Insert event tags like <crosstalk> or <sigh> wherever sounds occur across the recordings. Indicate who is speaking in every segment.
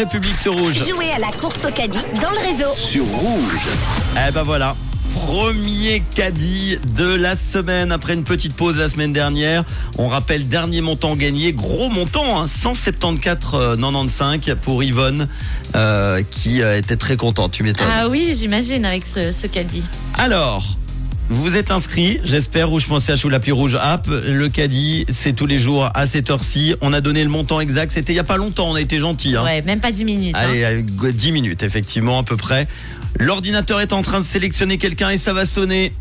Speaker 1: République sur rouge.
Speaker 2: Jouer à la course au caddie dans le réseau.
Speaker 1: Eh ben voilà. Premier caddie de la semaine après une petite pause la semaine dernière. On rappelle dernier montant gagné, gros montant, hein, 174,95 pour Yvonne euh, qui euh, était très contente. Tu m'étonnes.
Speaker 3: Ah oui, j'imagine avec ce, ce caddie.
Speaker 1: Alors, vous vous êtes inscrit, j'espère, Rouge Rouge.ch ou l'appli Rouge App. Le caddie, c'est tous les jours à cette heure-ci. On a donné le montant exact. C'était il y a pas longtemps. On a été gentil. Hein.
Speaker 3: Ouais, même pas 10 minutes. hein.
Speaker 1: Allez, euh, go- 10 minutes, effectivement, à peu près. L'ordinateur est en train de sélectionner quelqu'un et ça va sonner.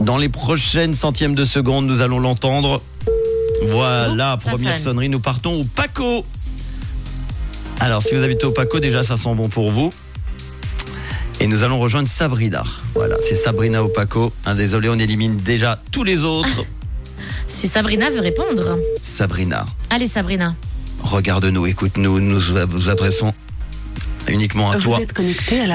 Speaker 1: Dans les prochaines centièmes de seconde, nous allons l'entendre. Voilà,
Speaker 3: Oh, Ça
Speaker 1: première
Speaker 3: sonne.
Speaker 1: sonnerie, nous partons au Paco. Alors, si vous habitez au Paco, déjà, ça sent bon pour vous. Et nous allons rejoindre Sabrina. Voilà, c'est Sabrina au Paco. Ah, désolé, on élimine déjà tous les
Speaker 3: <laughs>
Speaker 1: autres.
Speaker 3: hein. Si Sabrina veut répondre.
Speaker 1: Sabrina.
Speaker 3: Allez Sabrina.
Speaker 1: Regarde-nous, écoute-nous, nous vous adressons uniquement à toi.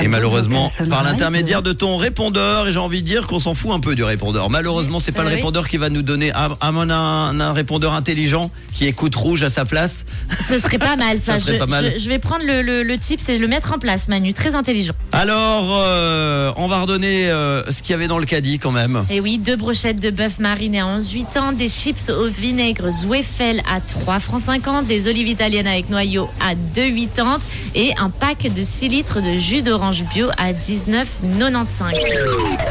Speaker 1: Et malheureusement, par l'intermédiaire de ton répondeur, et j'ai envie de dire qu'on s'en fout un peu du répondeur. Malheureusement, c'est pas
Speaker 3: Ah
Speaker 1: le
Speaker 3: oui.
Speaker 1: répondeur qui va nous donner à, à mon un, un répondeur intelligent qui écoute rouge à sa place.
Speaker 3: Ce serait pas mal ça.
Speaker 1: Ça serait
Speaker 3: je,
Speaker 1: pas mal.
Speaker 3: je- je vais prendre le, le, le tip, c'est le mettre en place Manu, très intelligent.
Speaker 1: Alors, euh, on va redonner euh, ce qu'il y avait dans le caddie quand même.
Speaker 3: Et Eh oui, deux brochettes de bœuf mariné à 11,8 ans, des chips au vinaigre Zoueffel à 3 francs 50, des olives italiennes avec noyaux à 2,80 et un pack de 6 litres de jus d'orange bio à 19,95.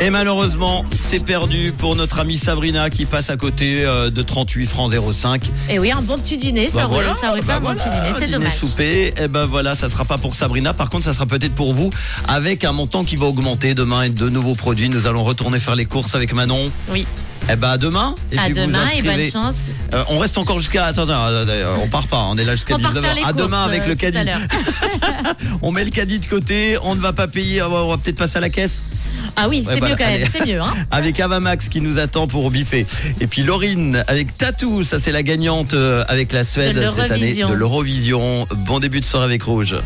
Speaker 1: Et malheureusement, c'est perdu pour notre amie Sabrina qui passe à côté euh, de 38 francs 05.
Speaker 3: Et Eh oui, un bon petit dîner, ça
Speaker 1: Bah
Speaker 3: aurait,
Speaker 1: voilà,
Speaker 3: ça aurait fait
Speaker 1: bah
Speaker 3: un bon
Speaker 1: voilà,
Speaker 3: petit dîner, c'est dommage.
Speaker 1: souper, et ben voilà, ça sera pas pour Sabrina. Par contre, ça sera peut-être pour vous, avec un montant qui va augmenter demain et de nouveaux produits. Nous allons retourner faire les courses avec Manon.
Speaker 3: Oui,
Speaker 1: Eh ben à demain. Et
Speaker 3: à
Speaker 1: puis vous vous
Speaker 3: demain et bonne
Speaker 1: inscrivez.
Speaker 3: chance.
Speaker 1: Euh, on reste encore jusqu'à. Attends, attends, attends, on part pas. hein. On est là jusqu'à
Speaker 3: On part
Speaker 1: 19h.
Speaker 3: faire les
Speaker 1: À demain
Speaker 3: courses,
Speaker 1: avec
Speaker 3: euh,
Speaker 1: le
Speaker 3: tout à
Speaker 1: caddie.
Speaker 3: l'heure.
Speaker 1: <laughs> On met le caddie de côté. On ne va pas payer. On va- on va peut-être passer à la caisse.
Speaker 3: Ah oui,
Speaker 1: Ouais,
Speaker 3: c'est
Speaker 1: bah,
Speaker 3: mieux quand
Speaker 1: allez.
Speaker 3: même, c'est mieux. Hein.
Speaker 1: avec Avamax qui nous attend pour biffer. Et puis Laurine avec Tatou, ça c'est la gagnante euh, avec la Suède
Speaker 3: De
Speaker 1: cette année
Speaker 3: l'Eurovision.
Speaker 1: de l'Eurovision. Bon début de soirée avec Rouge.